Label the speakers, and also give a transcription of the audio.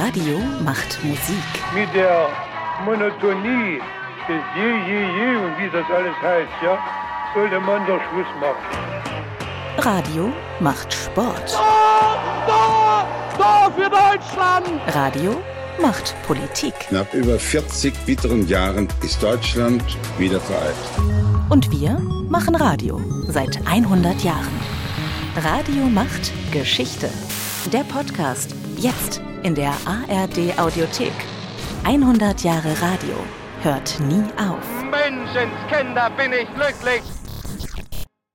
Speaker 1: Radio macht Musik.
Speaker 2: Mit der Monotonie des Je, Je, Je und wie das alles heißt, ja, sollte man doch Schluss machen.
Speaker 1: Radio macht Sport.
Speaker 3: Tor, Tor für Deutschland!
Speaker 1: Radio macht Politik.
Speaker 4: Nach über 40 bitteren Jahren ist Deutschland wieder vereint.
Speaker 1: Und wir machen Radio seit 100 Jahren. Radio macht Geschichte. Der Podcast jetzt in der ARD Audiothek. 100 Jahre Radio hört nie auf.
Speaker 3: Menschenskinder, bin ich glücklich!